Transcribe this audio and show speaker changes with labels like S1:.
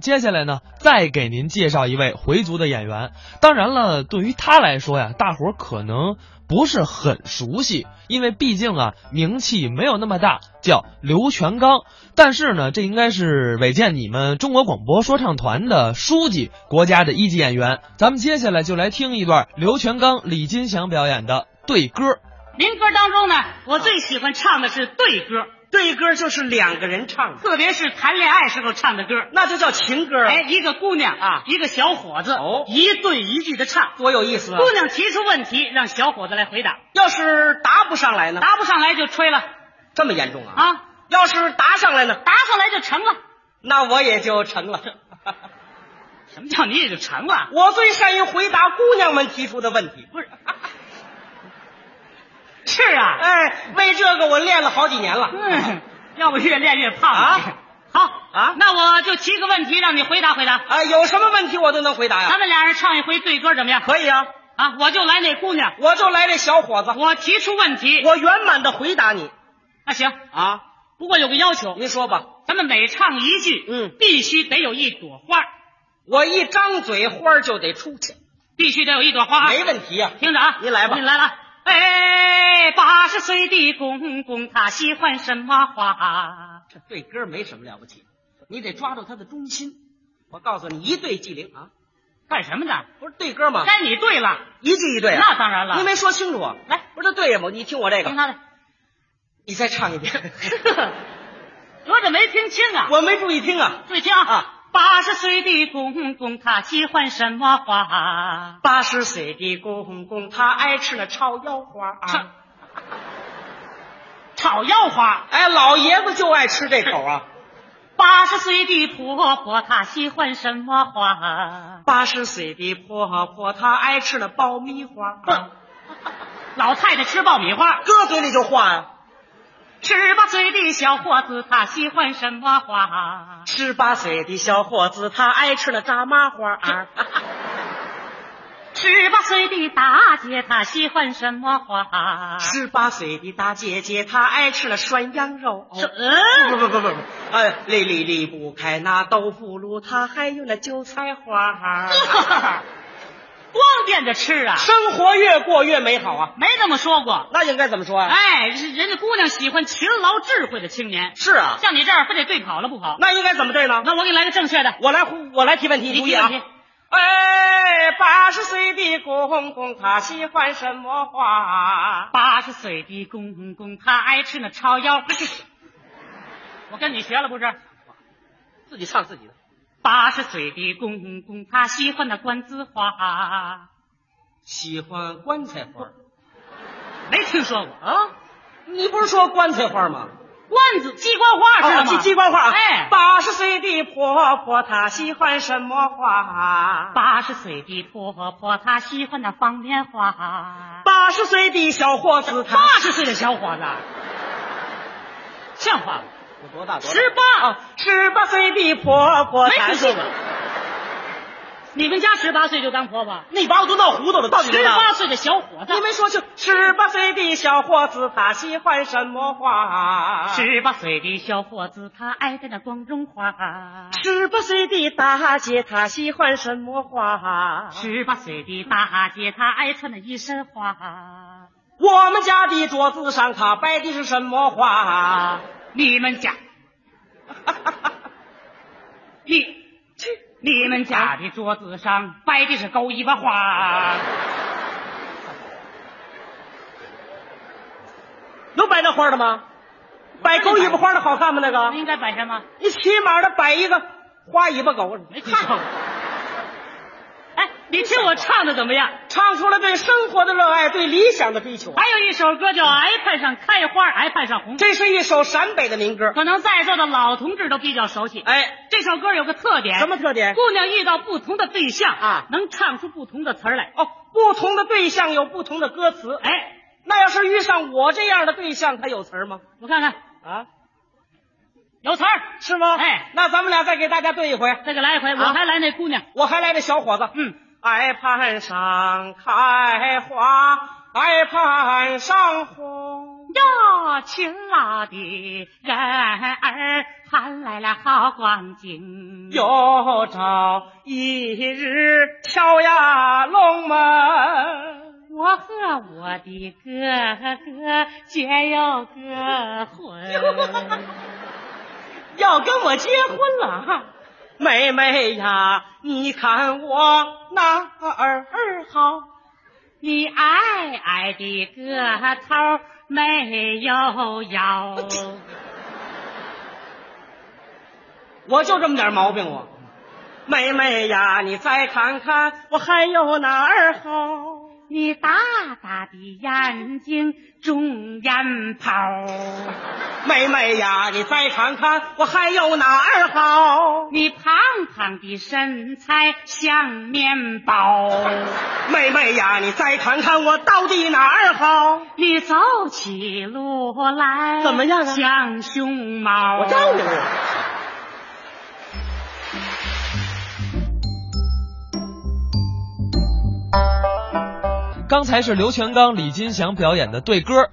S1: 接下来呢，再给您介绍一位回族的演员。当然了，对于他来说呀，大伙儿可能不是很熟悉，因为毕竟啊，名气没有那么大，叫刘全刚。但是呢，这应该是伟健你们中国广播说唱团的书记，国家的一级演员。咱们接下来就来听一段刘全刚、李金祥表演的对歌。
S2: 民歌当中呢，我最喜欢唱的是对歌，
S3: 啊对歌就是两个人唱的，
S2: 特别是谈恋爱时候唱的歌。
S3: 那就叫情歌。
S2: 哎，，一个姑娘
S3: 啊
S2: 一个小伙子，
S3: 哦
S2: 一对一句的唱。
S3: 多有意思啊！
S2: 姑娘提出问题，让小伙子来回答，
S3: 要是答不上来呢？
S2: 答不上来就吹了
S3: 这么严重啊？
S2: 啊，
S3: 要是答上来呢？
S2: 答上来就成了。
S3: 那我也就成了。
S2: 什么叫你也就成了？
S3: 我最善于回答姑娘们提出的问题。
S2: 不是， 是啊，
S3: 哎，为这个我练了好几年了。
S2: 嗯，要不越练越胖
S3: 啊。
S2: 好
S3: 啊
S2: 那我就提个问题让你回答回答。
S3: 啊，有什么问题我都能回答呀、
S2: 咱们俩人唱一回对歌怎么样？
S3: 可以啊，
S2: 啊，我就来那姑娘，
S3: 我就来这小伙子，
S2: 我提出问题，
S3: 我圆满的回答你
S2: 那行，
S3: 啊。
S2: 不过有个要求，
S3: 您说吧，
S2: 咱们每唱一句，
S3: 嗯
S2: 必须得有一朵花，
S3: 我一张嘴花儿就得出去，
S2: 必须得有一朵花。
S3: 没问题呀、
S2: 听着啊，
S3: 您来吧
S2: 您来了。哎，八十岁的公公他喜欢什么花？
S3: 这对歌没什么了不起，你得抓住它的中心。我告诉你，一对即灵啊，
S2: 干什么的？
S3: 不是对歌吗？
S2: 该你对了，
S3: 一句一对啊。
S2: 那当然了。
S3: 您没说清楚啊。
S2: 来，
S3: 不是对哎呀吗？你听我这
S2: 听
S3: 个，
S2: 他的，
S3: 你再唱一遍。
S2: 合着没听清啊。
S3: 我没注意听啊。
S2: 注意听啊
S3: 啊，
S2: 八十岁的公公他喜欢什么花？
S3: 八十岁的公公，他爱吃那炒腰花
S2: 炒
S3: 啊。
S2: 草药花。
S3: 哎，老爷子就爱吃这口啊。
S2: 八十岁的婆婆她喜欢什么花？
S3: 八十岁的婆婆，她爱吃那爆米花啊，
S2: 老太太吃爆米花。
S3: 搁嘴里就啊化呀、
S2: 十八岁的小伙子他喜欢什么花？
S3: 十八岁的小伙子，他爱吃那炸麻花 啊。
S2: 十八岁的大姐她喜欢什么花？
S3: 十八岁的大姐姐，她爱吃那涮羊肉。哦
S2: 是嗯，
S3: 不不不不，哎，离离离不开那豆腐乳，它还有那韭菜花儿。
S2: 光惦着吃啊，
S3: 生活越过越美好啊！
S2: 没这么说过。
S3: 那应该怎么说啊？
S2: 哎，人人家姑娘喜欢勤劳智慧的青年，
S3: 是啊，
S2: 像你这样非得对跑了不跑。
S3: 那应该怎么对呢？
S2: 那我给你来个正确的，
S3: 我来胡，我来提问题，
S2: 你
S3: 注
S2: 提
S3: 意啊
S2: 问！题。
S3: 哎，八十岁的公公他喜欢什么花？
S2: 八十岁的公公他爱吃那炒腰花，我跟你学了不是？
S3: 自己唱自己的。
S2: 八十岁的公公他喜欢那冠子花。
S3: 喜欢棺材花
S2: 没听说过
S3: 啊？你不是说棺材花吗？
S2: 罐子鸡冠花是吗？
S3: 鸡鸡冠花。
S2: 哎，
S3: 八十岁的婆婆她喜欢什么花？
S2: 八十岁的婆婆她喜欢那放棉花。
S3: 八十岁的小伙子他
S2: 八十岁的小伙子，像话吗？
S3: 有多大？
S2: 十
S3: 哦
S2: 八，
S3: 十八岁的婆婆
S2: 没
S3: 她
S2: 听
S3: 喜
S2: 说
S3: 欢
S2: 过。你们家十八岁就当婆婆？
S3: 你把我都闹糊涂了，到底多
S2: 十
S3: 大
S2: 八？岁的小伙子
S3: 你，没说清。十八岁的小伙子他喜欢什么花？
S2: 十八岁的小伙子他爱戴那光荣花。
S3: 十八岁的大姐她喜欢什么花？
S2: 十八岁的大姐她爱穿那一身花。
S3: 我们家的桌子上她摆的是什么花？
S2: 你们家，你你们家的桌子上摆的是狗尾巴花，
S3: 有摆那花的吗？摆狗尾巴花的好看吗？那个，
S2: 应该摆什么？
S3: 你起码的摆一个花尾巴狗，
S2: 没看过。哎，你听我唱的怎么样？
S3: 唱出了对生活的热爱，对理想的追求。
S2: 还有一首歌叫《挨盼上开花，挨盼上红》，
S3: 这是一首陕北的民歌。
S2: 可能在座的老同志都比较熟悉。
S3: 哎，
S2: 这首歌有个特点，
S3: 什么特点？
S2: 姑娘遇到不同的对象
S3: 啊
S2: 能唱出不同的词儿来。
S3: 哦，不同的对象有不同的歌词。
S2: 哎，
S3: 那要是遇上我这样的对象，他有词儿吗？
S2: 我看看，
S3: 啊，
S2: 有词儿，
S3: 是吗？
S2: 哎，
S3: 那咱们俩再给大家对一回。
S2: 再给来一回，我
S3: 啊嗯
S2: 还来那姑娘，
S3: 我还来这小伙子，
S2: 嗯，
S3: 爱攀上开花，爱攀上红。
S2: 嗯哟，勤劳的人儿盼来了好光景。
S3: 有朝一日跳呀龙门，
S2: 我和我的哥哥结又个 婚，
S3: 要跟我结婚了。妹妹呀，你看我哪儿好？
S2: 你矮矮的个头儿没有腰。
S3: 我就这么点毛病我。妹妹呀，你再看看我还有哪儿好？
S2: 你大大的眼睛中眼泡，
S3: 妹妹呀，你再看看我还有哪儿好？
S2: 你胖胖的身材像面包，
S3: 妹妹呀，你再看看我到底哪儿好？
S2: 你走起路来
S3: 怎么样啊
S2: 像熊猫。
S3: 我站着呢。
S1: 刚才是刘全刚、李金祥表演的对歌，